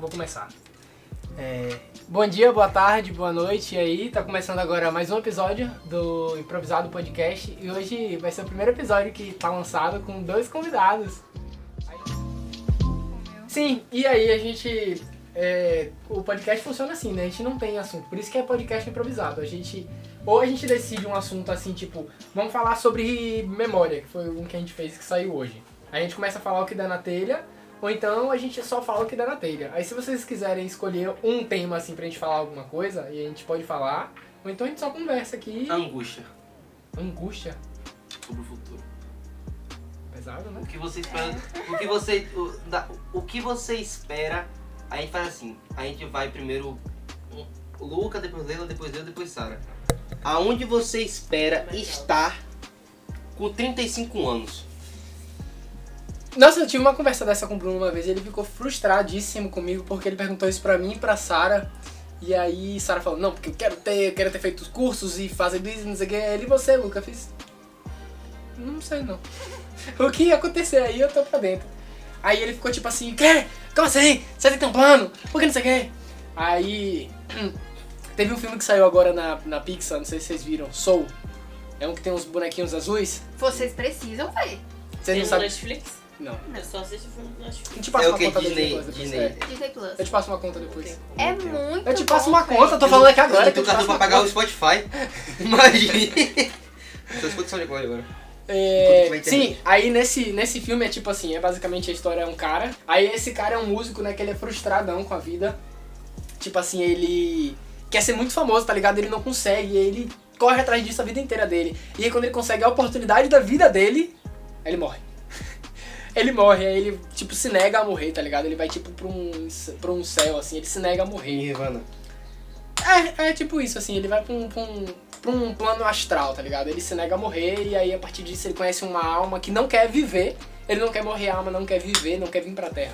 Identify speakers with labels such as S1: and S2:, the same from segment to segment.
S1: vou começar. É, Bom dia, boa tarde, boa noite. E aí, tá começando agora mais um episódio do Improvisado Podcast. E hoje vai ser o primeiro episódio que tá lançado com dois convidados. Sim, e aí a gente. é, o podcast funciona assim, né? A gente não tem assunto. Por isso que é podcast improvisado. A gente. Ou a gente decide um assunto assim, tipo, vamos falar sobre memória, que foi um que a gente fez que saiu hoje. A gente começa a falar o que dá na telha, ou então a gente só fala o que dá na telha. Aí se vocês quiserem escolher um tema assim pra gente falar alguma coisa, e a gente pode falar, ou então a gente só conversa aqui.
S2: Angústia
S1: Angústia.
S2: sobre o futuro.
S1: Pesado, né?
S2: O que você espera. O que você. O, da- o que você espera. A gente faz assim. A gente vai primeiro. um, Luca, depois Leila, depois eu, depois Sara. Aonde você espera estar com 35 anos?
S1: Nossa, eu tive uma conversa dessa com o Bruno uma vez e ele ficou frustradíssimo comigo porque ele perguntou isso pra mim e pra Sara. E aí Sara falou, não, porque eu quero ter, eu quero ter feito os cursos e fazer business, não sei o que. Ele e você, Luca, Eu fiz. Não sei não. o que ia acontecer aí eu tô pra dentro. Aí ele ficou tipo assim, quê? Como assim? Você tem que ter um plano? Por que não sei o quê? Aí. Teve um filme que saiu agora na, na Pixar, não sei se vocês viram, Soul. É um que tem uns bonequinhos azuis.
S3: Vocês precisam ver.
S1: Vocês não
S4: no
S1: sabem.
S4: Netflix?
S1: Não.
S4: Eu só assisto filme no Netflix.
S1: Eu te
S2: É
S1: passo
S2: o
S1: uma
S2: que?
S1: conta
S2: Disney.
S1: depois. depois,
S2: Disney.
S1: é. um
S3: Disney Plus.
S1: Eu te passo uma conta depois.
S3: É muito
S1: Eu te passo tipo, uma
S3: bom,
S1: conta,
S3: velho.
S1: tô falando aqui agora.
S2: Tu
S1: que eu te
S2: gastou pra
S1: passo
S2: pagar
S1: uma
S2: o Spotify. Imagine. Só escuta o SoundCloud agora.
S1: conta. É,
S2: tudo vai ter
S1: Sim,
S2: gente.
S1: aí nesse, nesse filme é tipo assim, é basicamente a história é um cara. Aí esse cara é um músico, né, que ele é frustradão com a vida. Tipo assim, ele quer ser muito famoso, tá ligado? Ele não consegue, e ele corre atrás disso a vida inteira dele. E aí quando ele consegue a oportunidade da vida dele, aí ele morre. ele morre, aí ele, tipo, se nega a morrer, tá ligado? Ele vai, tipo, pra um, pra um céu, assim, ele se nega a morrer.
S2: Nirvana.
S1: É, é tipo isso, assim, ele vai pra um, pra um- pra um plano astral, tá ligado? Ele se nega a morrer e aí a partir disso ele conhece uma alma que não quer viver, ele não quer morrer, a alma não quer viver, não quer vir pra terra.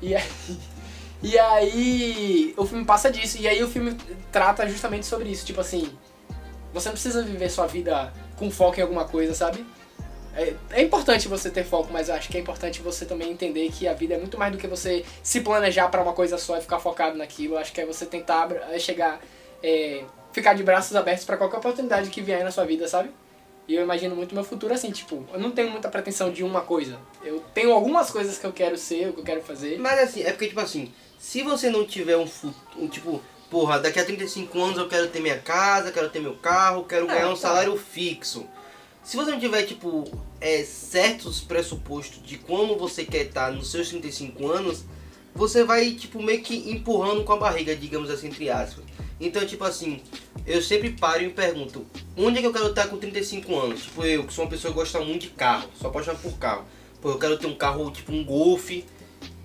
S1: E aí, e aí o filme passa disso, e aí o filme trata justamente sobre isso, tipo assim, você não precisa viver sua vida com foco em alguma coisa, sabe? É, é importante você ter foco, mas eu acho que é importante você também entender que a vida é muito mais do que você se planejar pra uma coisa só e ficar focado naquilo. Eu acho que é você tentar abra- é chegar, é, ficar de braços abertos pra qualquer oportunidade que vier na sua vida, sabe? E eu imagino muito meu futuro assim, tipo, eu não tenho muita pretensão de uma coisa. Eu tenho algumas coisas que eu quero ser, que eu quero fazer.
S2: Mas assim, é porque, tipo assim, se você não tiver um futuro, um, tipo, porra, daqui a 35 anos eu quero ter minha casa, quero ter meu carro, quero ganhar um salário fixo. Se você não tiver, tipo, é, certos pressupostos de como você quer estar nos seus 35 anos, você vai, tipo, meio que empurrando com a barriga, digamos assim, entre aspas. Então, tipo assim, eu sempre paro e me pergunto, onde é que eu quero estar com 35 anos? Tipo, eu que sou uma pessoa que gosta muito de carro, só apaixonado por carro. Pô, eu quero ter um carro, tipo, um Golfe,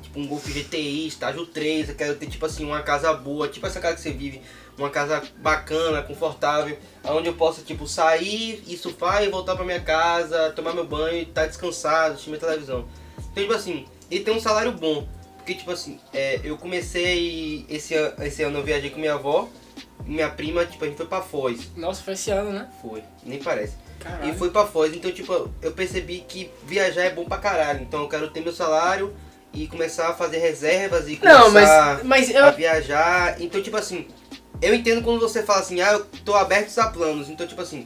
S2: tipo um Golf GTI, estágio 3, eu quero ter tipo assim uma casa boa, tipo essa casa que você vive, uma casa bacana, confortável, onde eu possa tipo sair, ir surfar e voltar pra minha casa, tomar meu banho, estar descansado, assistir minha televisão. Então tipo assim, e ter um salário bom, porque tipo assim, é, eu comecei esse, an- esse ano eu viajei com minha avó, e minha prima, tipo a gente foi pra Foz,
S1: Nossa, foi esse ano, né?
S2: foi, nem parece. E
S1: Caralho.
S2: fui pra Foz, então tipo, eu percebi que viajar é bom pra caralho. Então eu quero ter meu salário e começar a fazer reservas e começar
S1: Não, mas, mas eu
S2: a viajar. Então tipo assim, eu entendo quando você fala assim, ah, eu tô aberto a planos. Então tipo assim,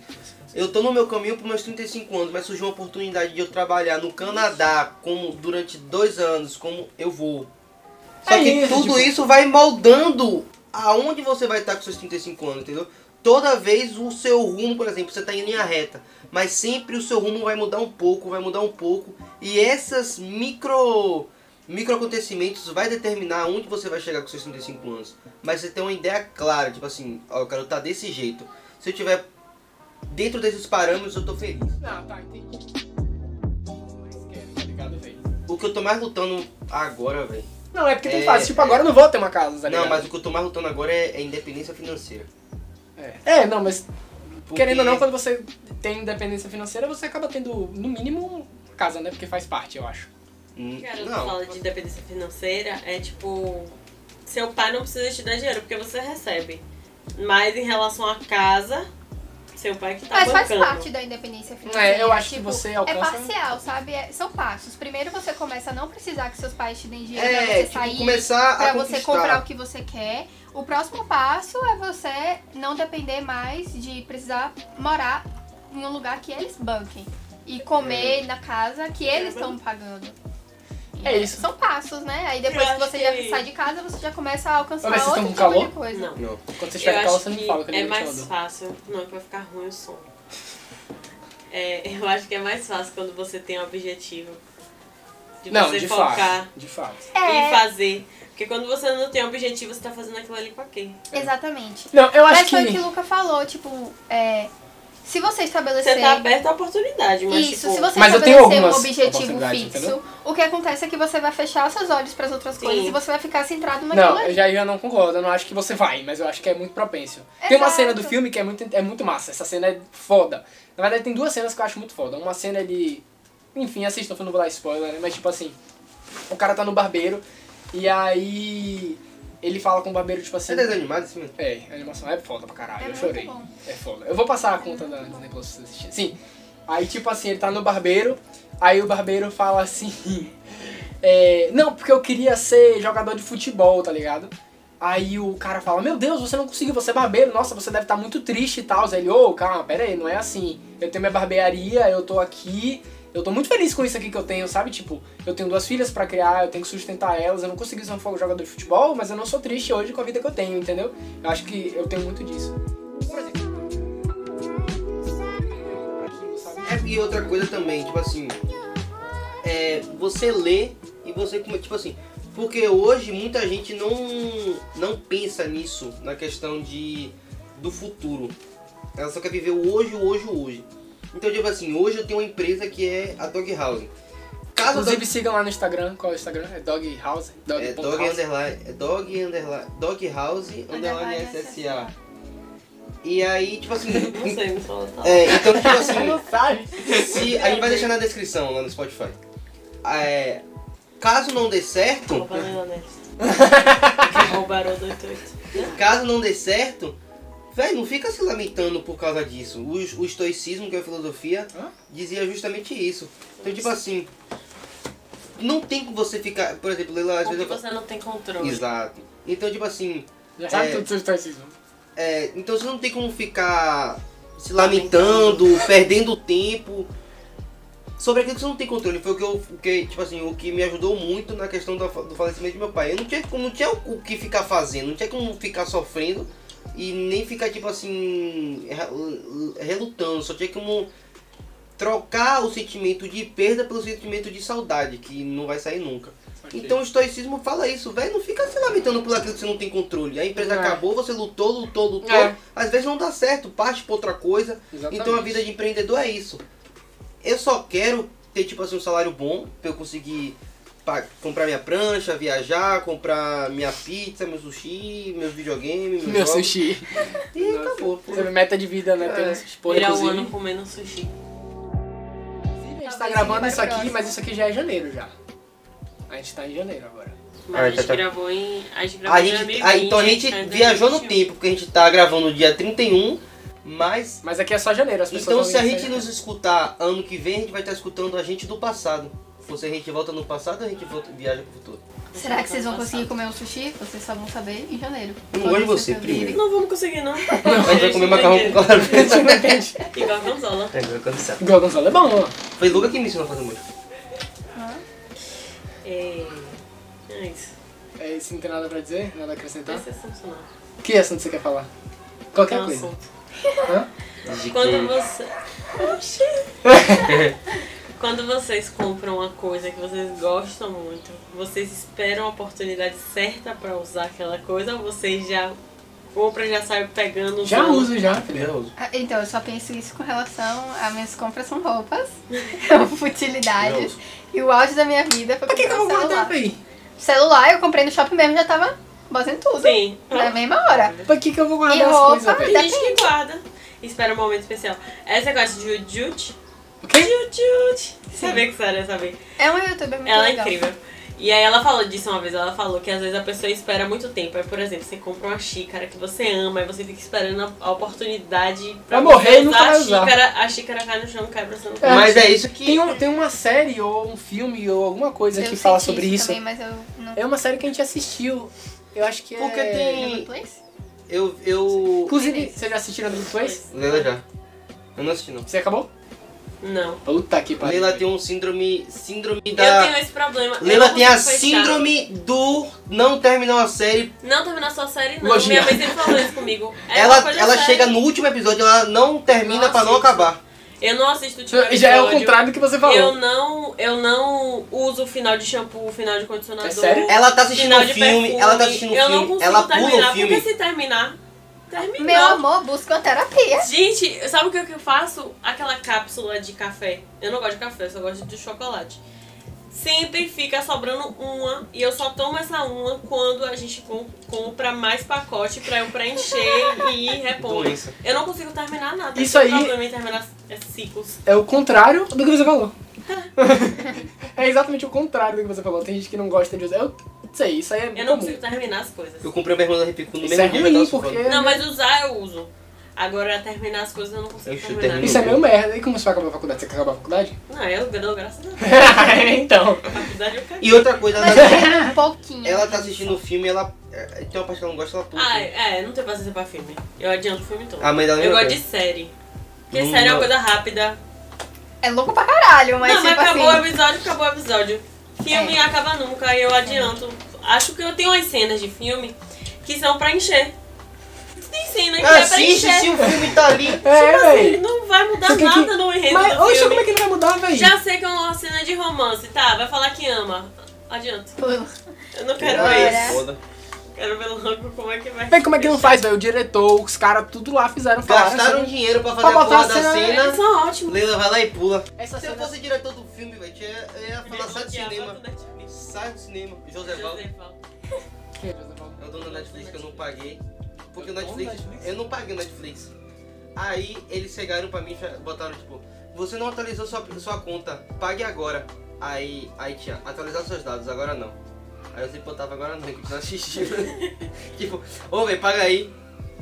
S2: eu tô no meu caminho pros meus 35 anos, mas surgiu uma oportunidade de eu trabalhar no Canadá como durante dois anos, como eu vou. Só
S1: É
S2: que
S1: isso,
S2: tudo
S1: tipo-
S2: isso vai moldando aonde você vai estar com seus 35 anos, entendeu? Toda vez o seu rumo, por exemplo, você tá em linha reta, mas sempre o seu rumo vai mudar um pouco, vai mudar um pouco, e essas micro micro acontecimentos vai determinar onde você vai chegar com seus 35 anos. Mas você tem uma ideia clara, tipo assim, ó, eu quero estar desse jeito. Se eu tiver dentro desses parâmetros, eu tô feliz.
S1: Não, tá, entendi. Mas quero, tá ligado, velho?
S2: O que eu tô mais lutando agora, velho.
S1: Não, é porque tem
S2: É,
S1: fase. Tipo,
S2: é.
S1: agora eu não vou ter uma casa, tá ligado?
S2: Não, mas o que eu tô mais lutando agora é, é independência financeira.
S1: É, é não, mas
S2: Porque-
S1: querendo ou não, quando você tem independência financeira, você acaba tendo, no mínimo, uma casa, né? Porque faz parte, eu acho.
S2: Hum,
S4: Cara, quando
S2: Não,
S4: fala de independência financeira, é tipo. Seu pai não precisa te dar dinheiro, porque você recebe. Mas em relação à casa, seu pai que tá
S3: Mas faz
S4: bancando.
S3: parte da independência financeira.
S1: É, eu acho que
S3: tipo,
S1: você alcança-
S3: É parcial, sabe? É- são passos. Primeiro você começa a não precisar que seus pais te deem dinheiro pra
S2: É,
S3: você
S2: tipo,
S3: sair,
S2: começar
S3: pra
S2: a
S3: você
S2: conquistar.
S3: comprar o que você quer. O próximo passo é você não depender mais de precisar morar em um lugar que eles banquem. E comer na casa que eles estão pagando.
S1: É isso.
S3: São passos, né? Aí depois
S4: Eu
S3: que
S4: acho
S3: você já
S4: que-
S3: sai de casa, você já começa a alcançar
S1: Mas vocês
S3: outro
S1: estão com
S3: tipo
S1: calor?
S3: de coisa.
S4: Não.
S2: Não.
S1: Quando você estiver
S4: Eu
S1: calor,
S4: acho
S1: você me
S4: que
S1: fala que eu
S4: é
S1: liguei o
S4: mais
S1: ventilador.
S4: fácil. Não, que vai ficar ruim o som. É, eu acho que é mais fácil quando você tem um objetivo. De
S1: Não,
S4: você
S1: de
S4: focar
S1: fato. De fato.
S3: É.
S4: e fazer. Porque quando você não tem objetivo, você tá fazendo aquilo ali pra quê?
S3: Exatamente.
S1: Não, É. eu acho
S3: Mas foi o que
S1: que
S3: o Luca falou, tipo, é, se você estabelecer.
S4: Você tá aberto à oportunidade, mas
S3: Isso,
S4: tipo,
S3: se você
S1: Mas eu tenho
S3: estabelecer um
S1: algumas
S3: objetivo
S1: oportunidades,
S3: fixo,
S1: entendeu?
S3: o que acontece é que você vai fechar seus olhos para as outras
S4: Sim.
S3: coisas e você vai ficar centrado naquilo
S1: Não, eu
S3: ali.
S1: já, já não concordo, eu não acho que você vai, mas eu acho que é muito propenso. Tem uma
S3: Exato.
S1: cena do filme que é muito, é muito massa, essa cena é foda. Na verdade tem duas cenas que eu acho muito foda. Uma cena é de. Enfim, assistam, eu não vou dar spoiler, né? Mas tipo assim, o cara tá no barbeiro e aí ele fala com o barbeiro, tipo assim.
S2: É desanimado esse filme?
S1: É, a animação é foda pra caralho,
S3: É
S1: eu
S3: muito
S1: chorei.
S3: bom.
S1: É foda. Eu vou passar a conta da Disney Plus pra vocês assistirem. Sim. Aí, tipo assim, ele tá no barbeiro, aí o barbeiro fala assim. é, não, porque eu queria ser jogador de futebol, tá ligado? Aí o cara fala, meu Deus, você não conseguiu, você é barbeiro, nossa, você deve estar muito triste e tal. Aí ele, ô, calma, pera aí, não é assim. Eu tenho minha barbearia, eu tô aqui, eu tô muito feliz com isso aqui que eu tenho, sabe? Tipo, eu tenho duas filhas pra criar, eu tenho que sustentar elas, eu não consegui ser um jogador de futebol, mas eu não sou triste hoje com a vida que eu tenho, entendeu? Eu acho que eu tenho muito disso. Por exemplo.
S2: É, e outra coisa também, tipo assim, é, você lê e você, come- tipo assim, porque hoje muita gente não, não pensa nisso, na questão de, do futuro. Ela só quer viver o hoje, o hoje, o hoje. Então, tipo assim, hoje eu tenho uma empresa que é a Dog House. Caso a Ah, Dog-
S1: Inclusive sigam lá no Instagram, qual é o Instagram? É Dog House? Dog.
S2: É
S1: ponto
S2: dog
S1: house.
S2: underline, é dog underline, dog house
S3: Underline
S2: underline SSA. E aí, tipo assim,
S4: não sei, me fala tá.
S2: é, então tipo
S1: Você
S2: assim,
S1: não sabe.
S2: se, a gente vai deixar na descrição lá no Spotify. É, caso não dê certo,
S4: Opa, né, Leonete? Roubaram o 88.
S2: caso não dê certo, velho, não fica se lamentando por causa disso. O, o estoicismo, que é a filosofia,
S1: Hã?
S2: dizia justamente isso. Então tipo assim, não tem como você ficar, por exemplo, Leila às
S4: Porque
S2: vezes eu falo-
S4: você não tem controle.
S2: Exato. Então tipo assim,
S1: Já sabe
S2: É.
S1: tudo sobre estoicismo.
S2: É, então você não tem como ficar se lamentando, perdendo tempo sobre aquilo que você não tem controle. Foi o que eu, o que, tipo assim, o que me ajudou muito na questão do, fa- do falecimento de meu pai. Eu não tinha, como- não tinha o que ficar fazendo, não tinha como ficar sofrendo e nem ficar tipo assim re- relutando. Só tinha como trocar o sentimento de perda pelo sentimento de saudade que não vai sair nunca. Então o estoicismo fala isso, velho. Não fica se lamentando por aquilo que você não tem controle. A empresa
S1: É.
S2: acabou, você lutou, lutou, lutou.
S1: É.
S2: Às vezes não dá certo, parte pra outra coisa.
S1: Exatamente.
S2: Então a vida de empreendedor é isso. Eu só quero ter, tipo assim, um salário bom pra eu conseguir pa- comprar minha prancha, viajar, comprar minha pizza, meu sushi, meus videogames, meus
S1: Meu
S2: jogos.
S1: sushi.
S2: E acabou. pô.
S1: Sobre meta de vida, né? Tem
S2: É.
S1: essas porra,
S4: Virar um
S1: inclusive.
S4: ano comendo sushi.
S1: A gente tá
S3: Talvez
S1: gravando
S3: seja
S1: isso aqui,
S3: próximo.
S1: mas isso aqui já é janeiro já. A gente tá em janeiro agora.
S4: Mas
S2: Ah,
S4: a gente
S2: tá- tá.
S4: gravou em. A gente gravou
S2: A
S4: em
S2: gente,
S4: 2020,
S2: a- então
S1: é
S2: a gente
S4: tá em
S2: viajou no
S4: 2021.
S2: tempo, porque a gente tá gravando no dia 31, mas
S1: Mas aqui é só janeiro, as pessoas
S2: Então,
S1: vão
S2: se a
S1: ver
S2: gente
S1: isso
S4: né?
S2: nos escutar ano que vem, a gente vai estar escutando a gente do passado. Ou se a gente volta no passado, a gente volta, viaja pro futuro.
S3: Será que vocês vão conseguir comer um sushi? Vocês só vão saber em janeiro.
S2: Eu
S3: Quando
S2: gosto de você,
S3: vocês virem.
S2: primeiro.
S4: Não vamos conseguir, não.
S2: A gente vai comer macarrão com calabresa.
S1: aí.
S4: Igual a Gonzola.
S2: É, agora quando sabe.
S1: Igual Gonzalo é bom, ó.
S2: Foi Luca que me ensinou a fazer música.
S4: É. É isso.
S1: É isso, não tem nada pra dizer? Nada a
S2: Tá.
S1: acrescentar?
S4: Esse é sensacional.
S1: Que assunto você quer falar? Qualquer
S4: É um
S1: coisa.
S4: assunto.
S1: Hã?
S4: Quando você. Oxi! Quando vocês compram uma coisa que vocês gostam muito, vocês esperam a oportunidade certa pra usar aquela coisa ou vocês já compram e já saem pegando
S1: Já
S4: usando?
S1: uso, já, filho.
S3: Ah, Então, eu só penso isso com relação a minhas compras são roupas, são futilidades. E o auge da minha vida foi
S1: Mas o que, que
S3: comprar
S1: eu
S3: um
S1: vou guardar,
S3: celular.
S1: véi?
S3: Celular eu comprei no shopping mesmo, já tava botando tudo.
S4: Sim.
S3: Na mesma hora.
S1: Pra que, que eu vou guardar
S3: E
S1: as
S3: roupa?
S1: coisas,
S4: Tem
S1: véi?
S4: gente que guarda. Espera um momento especial. Essa eu gosto de Jujut.
S1: O quê?
S4: Jujut. Sabia que Sarah ia saber.
S3: É um youtuber muito
S4: Ela é
S3: legal.
S4: incrível. E aí ela falou disso uma vez, ela falou que às vezes a pessoa espera muito tempo. Aí, por exemplo, você compra uma xícara que você ama, aí você fica esperando a- a oportunidade pra
S1: Vai morrer
S4: você
S1: e nunca
S4: usar
S1: vai
S4: a
S1: usar.
S4: xícara, a xícara cai no chão, quebra, você não
S1: É,
S2: Mas é isso que.
S1: Tem, um- tem uma série ou um filme ou alguma coisa
S3: Eu
S1: que
S3: senti
S1: fala sobre isso.
S3: Também, mas eu não...
S1: É uma série que a gente assistiu. Eu acho que
S2: Porque
S1: é...
S2: tem.
S3: Place?
S2: Eu. eu...
S1: Inclusive, vocês já assistiram a Drug Place?
S2: Leila já. Eu não assisti não.
S1: Você acabou?
S4: Não.
S1: Puta que pariu.
S2: Leila tem um síndrome. Síndrome
S4: Eu
S2: da.
S4: tenho esse problema. eu
S2: Leila
S4: não
S2: tem a
S4: consigo fechar.
S2: síndrome do. Não terminou a série
S4: Não terminou sua série, não.
S1: Lojinha.
S4: Minha mãe sempre falou isso comigo. É uma
S2: ela
S4: coisa
S2: ela
S4: séria.
S2: chega no último episódio, ela não termina
S4: Nossa,
S2: pra não
S4: isso.
S2: acabar.
S4: Eu não assisto o
S1: Já- Já é o contrário do que você falou.
S4: Eu não, eu não uso o final de shampoo, o final de condicionador.
S1: É sério?
S2: Ela tá assistindo
S4: final
S2: um
S4: de
S2: filme,
S4: perfume.
S2: ela tá assistindo um
S4: eu
S2: filme,
S4: não consigo
S2: ela pula
S4: terminar,
S2: o filme.
S4: Porque se terminar, terminou.
S3: Meu amor, busca uma terapia.
S4: Gente, sabe o que eu faço? Aquela cápsula de café. Eu não gosto de café, eu só gosto de chocolate. Sempre fica sobrando uma e eu só tomo essa uma quando a gente com- compra mais pacote pra eu preencher e ir repondo.
S2: Doença.
S4: Eu não consigo terminar nada.
S1: Isso
S4: Eu tenho
S1: aí-
S4: problema em terminar é, ciclos.
S1: É o contrário do que você falou. é exatamente o contrário do que você falou. Tem gente que não gosta de usar. Eu sei, isso aí é
S4: Eu não
S1: comum.
S4: consigo terminar as coisas.
S2: Eu comprei minha irmã da Repicu no
S1: Isso é
S2: mesmo dia que eu
S1: ruim,
S2: tava surfando.
S1: porque.
S4: Não, mas usar eu uso. Agora terminar as coisas eu não consigo
S2: Eu chutei.
S4: terminar.
S1: Isso é meio merda. E como você vai acabar a faculdade? Você quer acabar a faculdade?
S2: é
S4: Não, eu dou graças a Deus.
S1: então.
S4: A faculdade eu caí.
S2: E outra coisa, ela,
S3: Mas
S2: tá-
S3: é um pouquinho.
S2: ela tá assistindo um filme, ela. é, Tem uma parte que ela não gosta, ela pula. o
S4: Ah,
S2: filme.
S4: é, não tenho paciência pra filme. Eu adianto o filme todo.
S1: Ah,
S2: A mãe dela
S1: é
S2: nem
S4: Eu gosto
S2: gosta.
S4: de série. Porque
S2: Não,
S4: série é
S2: não.
S4: uma coisa rápida.
S3: É louco pra caralho, mas
S4: não, mas
S3: tipo
S4: acabou
S3: assim...
S4: o episódio, acabou o episódio. Filme
S3: É.
S4: acaba nunca, eu adianto. Acho que eu tenho umas cenas de filme que são pra encher. Tem cena que é pra
S2: Assiste
S4: encher.
S2: se o filme tá ali.
S1: É,
S4: Assim,
S1: véi.
S4: não vai mudar
S1: Você tem
S4: nada
S1: que-
S4: no enredo
S1: Mas,
S4: do
S1: oxe,
S4: filme.
S1: como é que não vai mudar, véi?
S4: Já sei que é uma cena de romance, tá? Vai falar que ama. Adianta.
S3: tipo,
S4: Eu não quero
S3: Bora.
S4: ver
S2: Ai,
S4: isso.
S2: é foda.
S4: Quero ver logo como é que vai.
S1: Véi, como é que não faz, velho? O diretor, os caras, tudo lá fizeram falar.
S2: Gastaram dinheiro pra fazer
S1: botar
S2: a porra
S1: a cena-
S2: da
S4: Eles
S2: cena.
S4: são ótimos.
S2: Leila vai lá e pula.
S1: Essa
S2: Se eu
S1: cena... é
S2: fosse diretor do filme, velho, eu ia- eu ia falar sai do cinema. Sai do cinema. José Val. É o dono da Netflix que eu não paguei. Porque o
S1: É o dono
S2: Netflix,
S1: da Netflix?
S2: Eu não paguei o Netflix. Aí eles chegaram pra mim e botaram tipo, você não atualizou sua, sua conta, pague agora. Aí, aí tinha, atualizar seus dados, agora não. Aí eu sempre botava agora não, que eu precisava assistir. tipo, ô velho, paga aí.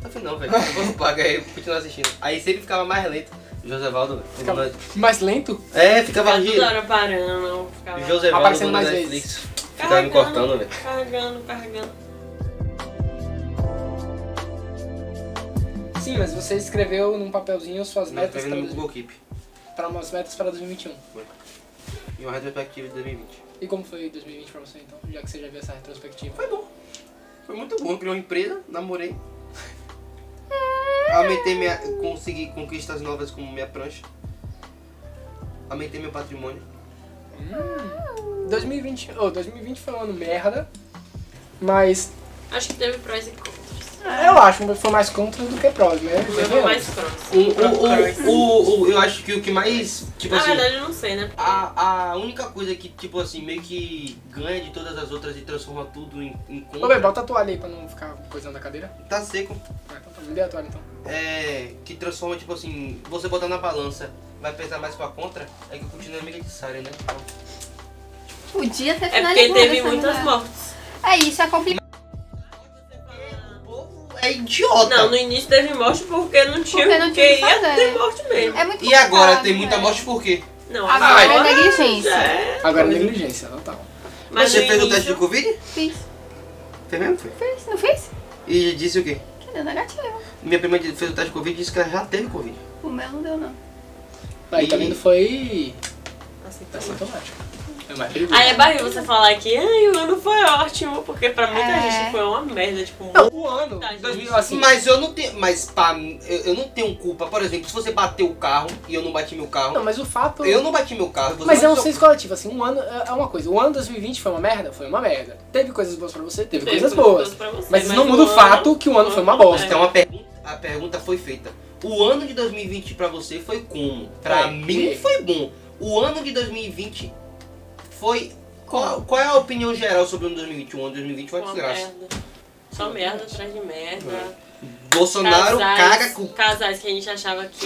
S2: Eu falei, não, velho, eu não paga aí, eu continuo assistindo. Aí sempre ficava mais lento. José Valdo, velho, o dono da-
S1: Mais lento?
S2: É, ficava
S4: Toda
S2: rindo.
S4: hora parando. Ficava
S2: José Valdo,
S1: Aparecendo
S2: dono da
S1: mais
S2: Netflix.
S1: vezes.
S2: Ficava me cortando, velho.
S4: Carregando, carregando.
S1: Sim, mas você escreveu num papelzinho suas
S2: Não,
S1: metas
S2: escrevi
S1: para
S2: no Google Keep.
S1: para umas metas para 2021.
S2: E uma retrospectiva de 2020.
S1: E como foi 2020 pra você então? Já que você já viu essa retrospectiva.
S2: Foi bom. Foi muito bom. Criou uma empresa, namorei. Aumentei minha. Consegui conquistas novas como minha prancha. Aumentei meu patrimônio.
S1: 2020, oh, 2020 foi um ano merda, mas
S4: Acho que teve prós e contras.
S1: eu acho que foi mais contra do que prós, né?
S4: O meu foi mais próximo.
S2: O, o, o, o, o- eu acho que o que mais. Tipo
S4: Na
S2: assim.
S4: Ah, verdade, eu não sei, né?
S2: A, a única coisa que, tipo assim, meio que ganha de todas as outras e transforma tudo em, em
S1: Ô, bem,
S2: contra.
S1: bota a toalha aí pra não ficar coisando na cadeira.
S2: Tá seco.
S1: Ah, então tá, me dê a toalha então.
S2: É. Que transforma, tipo assim, você botar na balança, vai pesar mais pra contra, é que eu continuo amiga de Sari, né? Então,
S3: Podia ter
S4: É
S3: finalizado
S4: porque teve
S3: essa
S4: muitas
S3: mulher.
S4: mortes.
S3: É isso, é complicado.
S2: O povo é idiota.
S4: Não, no início teve morte porque não tinha
S3: Porque não
S4: o que
S3: tinha o que
S4: ia
S3: fazer.
S4: ter morte mesmo.
S3: É muito
S2: E agora
S3: complicado,
S2: tem muita
S3: velho.
S2: morte por quê?
S4: Não,
S3: Agora
S2: Vai.
S3: é negligência.
S4: já é.
S1: Agora negligência, total.
S4: Mas
S2: Você
S4: no
S2: fez o
S4: início-
S2: teste de Covid?
S3: Fiz,
S2: Fez mesmo? Fez.
S3: fiz, não fiz?
S2: E disse o quê?
S3: Que deu negativo.
S2: Minha prima de- fez o teste de Covid e disse que ela já teve Covid.
S3: O meu não deu, não.
S1: Aí tá
S2: E-
S1: vendo foi
S4: Assim, tá bom.
S1: assintomático. É mais perigoso.
S4: Aí é barril você falar que ai, o ano foi ótimo, porque pra muita
S3: É.
S4: gente foi uma merda, tipo,
S1: Não, o ano,
S4: Tá, gente.
S1: 2000, assim,
S2: Mas eu não tenho. Mas pá, eu, eu não tenho culpa. Por exemplo, se você bateu o carro e eu não bati meu carro.
S1: não, mas o fato...
S2: Eu não bati meu carro. Você
S1: Mas é
S2: não
S1: um senso coletivo, assim, um ano é é uma coisa. O ano 2020 foi uma merda? Foi uma merda. Teve coisas boas pra você? Teve,
S4: Teve
S1: coisas
S4: coisas
S1: boas.
S4: boas pra você,
S1: mas isso
S4: mas
S1: não
S4: o
S1: muda o
S4: ano-
S1: fato que é. o ano foi uma bosta.
S2: Então a pergunta, a pergunta foi feita. O ano de 2020 pra você foi como? Pra
S1: É.
S2: mim
S1: É.
S2: foi bom. O ano de 2020 foi. Qual, qual é a opinião geral sobre o ano um? de 2021? O ano de 2021 foi uma
S4: Foi uma
S2: desgraça.
S4: merda. Só merda atrás de merda.
S2: Bolsonaro É. caga cu.
S4: casais que a gente achava que.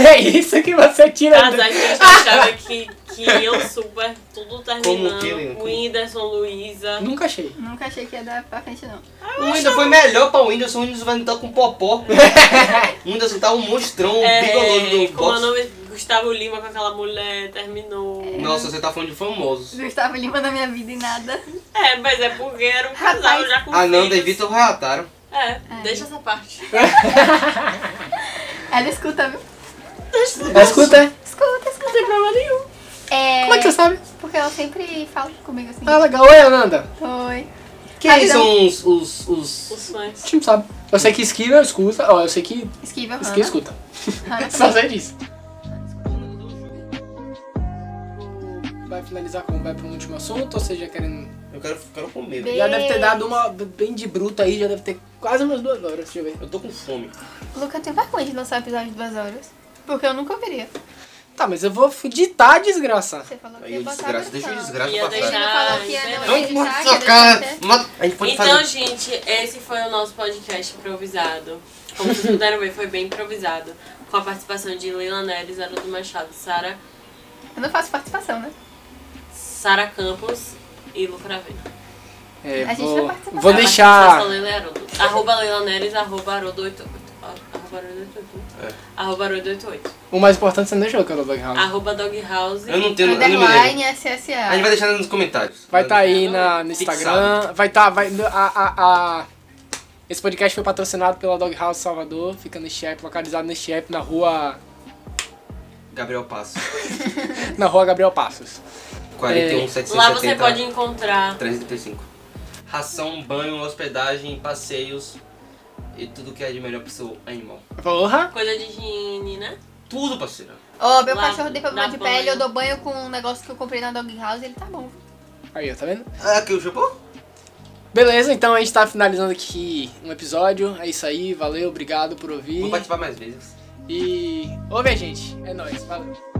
S1: É isso que você tira do...
S4: Casais que a gente achava que, que iam super, tudo
S2: Como
S4: terminando.
S2: que, Lena?
S4: o
S2: Como?
S4: Whindersson, Luísa.
S2: Hum,
S1: Nunca achei.
S3: Nunca achei que ia dar pra frente, não.
S2: O Whindersson foi melhor pra o Whindersson, o Whindersson vai lutar com o Popó. o Whindersson tá um monstrão, um bigoloso
S4: É,
S2: do
S4: como é o
S2: boxe.
S4: nome? Gustavo Lima com aquela mulher, terminou.
S2: Nossa, você tá falando de famosos.
S3: Gustavo Lima na minha vida e nada.
S4: É, mas é porque era um casal
S3: Rapaz.
S4: já com
S2: A Nanda e
S4: filhos.
S2: Vitor relataram.
S4: É,
S3: É.
S4: deixa essa parte.
S3: Ela escuta, viu?
S1: Mas escuta,
S3: Escuta, escuta. Não tem problema nenhum. É.
S1: como é que você sabe?
S3: Porque ela sempre fala comigo assim.
S1: Ah, legal. Oi, Ananda.
S3: Oi.
S2: Quem são os, os, os...
S4: Os fãs.
S1: A gente não sabe. Eu sei que esquiva escuta. Ó, eu sei que
S3: Esquiva, Hannah.
S1: esquiva escuta.
S3: Hannah
S1: Só sei disso. Vai finalizar como vai pro último assunto, ou seja, querendo...
S2: Eu quero, quero comer.
S3: Bem-
S1: Já deve ter dado uma bem de bruta aí, já deve ter quase umas duas horas, deixa eu ver.
S2: Eu tô com fome.
S3: Luca, eu tenho vergonha de lançar episódio de duas horas. Porque eu nunca ouviria.
S1: Tá, mas eu vou ditar desgraça.
S3: Você falou que
S2: Aí
S3: ia
S2: o
S3: botar
S2: desgraça, deixa o
S3: versão.
S2: desgraça
S4: Ia
S3: Ele
S2: passar.
S4: deixar.
S3: não falou que é né? ia não
S2: Não,
S3: editar,
S4: Deixa-
S2: mata
S3: que ia
S2: sua
S3: deixar
S2: cara.
S3: até-
S2: Mata. A gente pode
S4: Então,
S2: fazer...
S4: gente, esse foi o nosso podcast improvisado. Como vocês puderam ver, foi bem improvisado. Com a participação de Leila Neres, Haroldo Machado, Sara
S3: Eu não faço participação, né?
S4: Sara Campos e Lucra Vena.
S1: É,
S3: A gente
S1: vou,
S3: vai participar.
S1: vou
S4: A
S1: deixar.
S4: participação é Leila e Haroldo. Arroba Leila Neres, arroba Haroldo 88. Arroba Haroldo 88.
S2: É. Ah.
S4: Arroba Haroldo 88.
S1: O mais importante você não deixou que eu dou House.
S3: Ah,
S4: Arroba Doghouse.
S2: Eu não tenho... Eu não me lembro.
S3: Underline SSA.
S2: A gente vai deixar nos comentários.
S1: Vai tá aí na, no
S2: Fixado.
S1: Instagram. Vai tá. Vai, a, a, a- Esse podcast foi patrocinado pela Dog House Salvador, fica neste app, localizado neste app na rua.
S2: Gabriel Passo.
S1: Na rua Gabriel Passos.
S2: 41,
S4: É. Lá você
S2: 770,
S4: pode encontrar
S2: 335. Ração, banho, hospedagem, passeios e tudo que é de melhor pro seu animal.
S1: Porra!
S4: coisa de higiene, né?
S2: Tudo, parceira.
S3: Ó, meu
S4: Lá,
S3: cachorro tem problema
S4: dá
S3: de
S4: banho.
S3: pele, eu dou banho com um negócio que eu comprei na Dog House ele tá bom.
S1: Aí, ó, tá vendo?
S2: Ah, que o chupou?
S1: Beleza, então a gente tá finalizando aqui um episódio. É isso aí, valeu, obrigado por ouvir.
S2: Vou participar mais vezes.
S1: E ouve a gente, é nóis, valeu.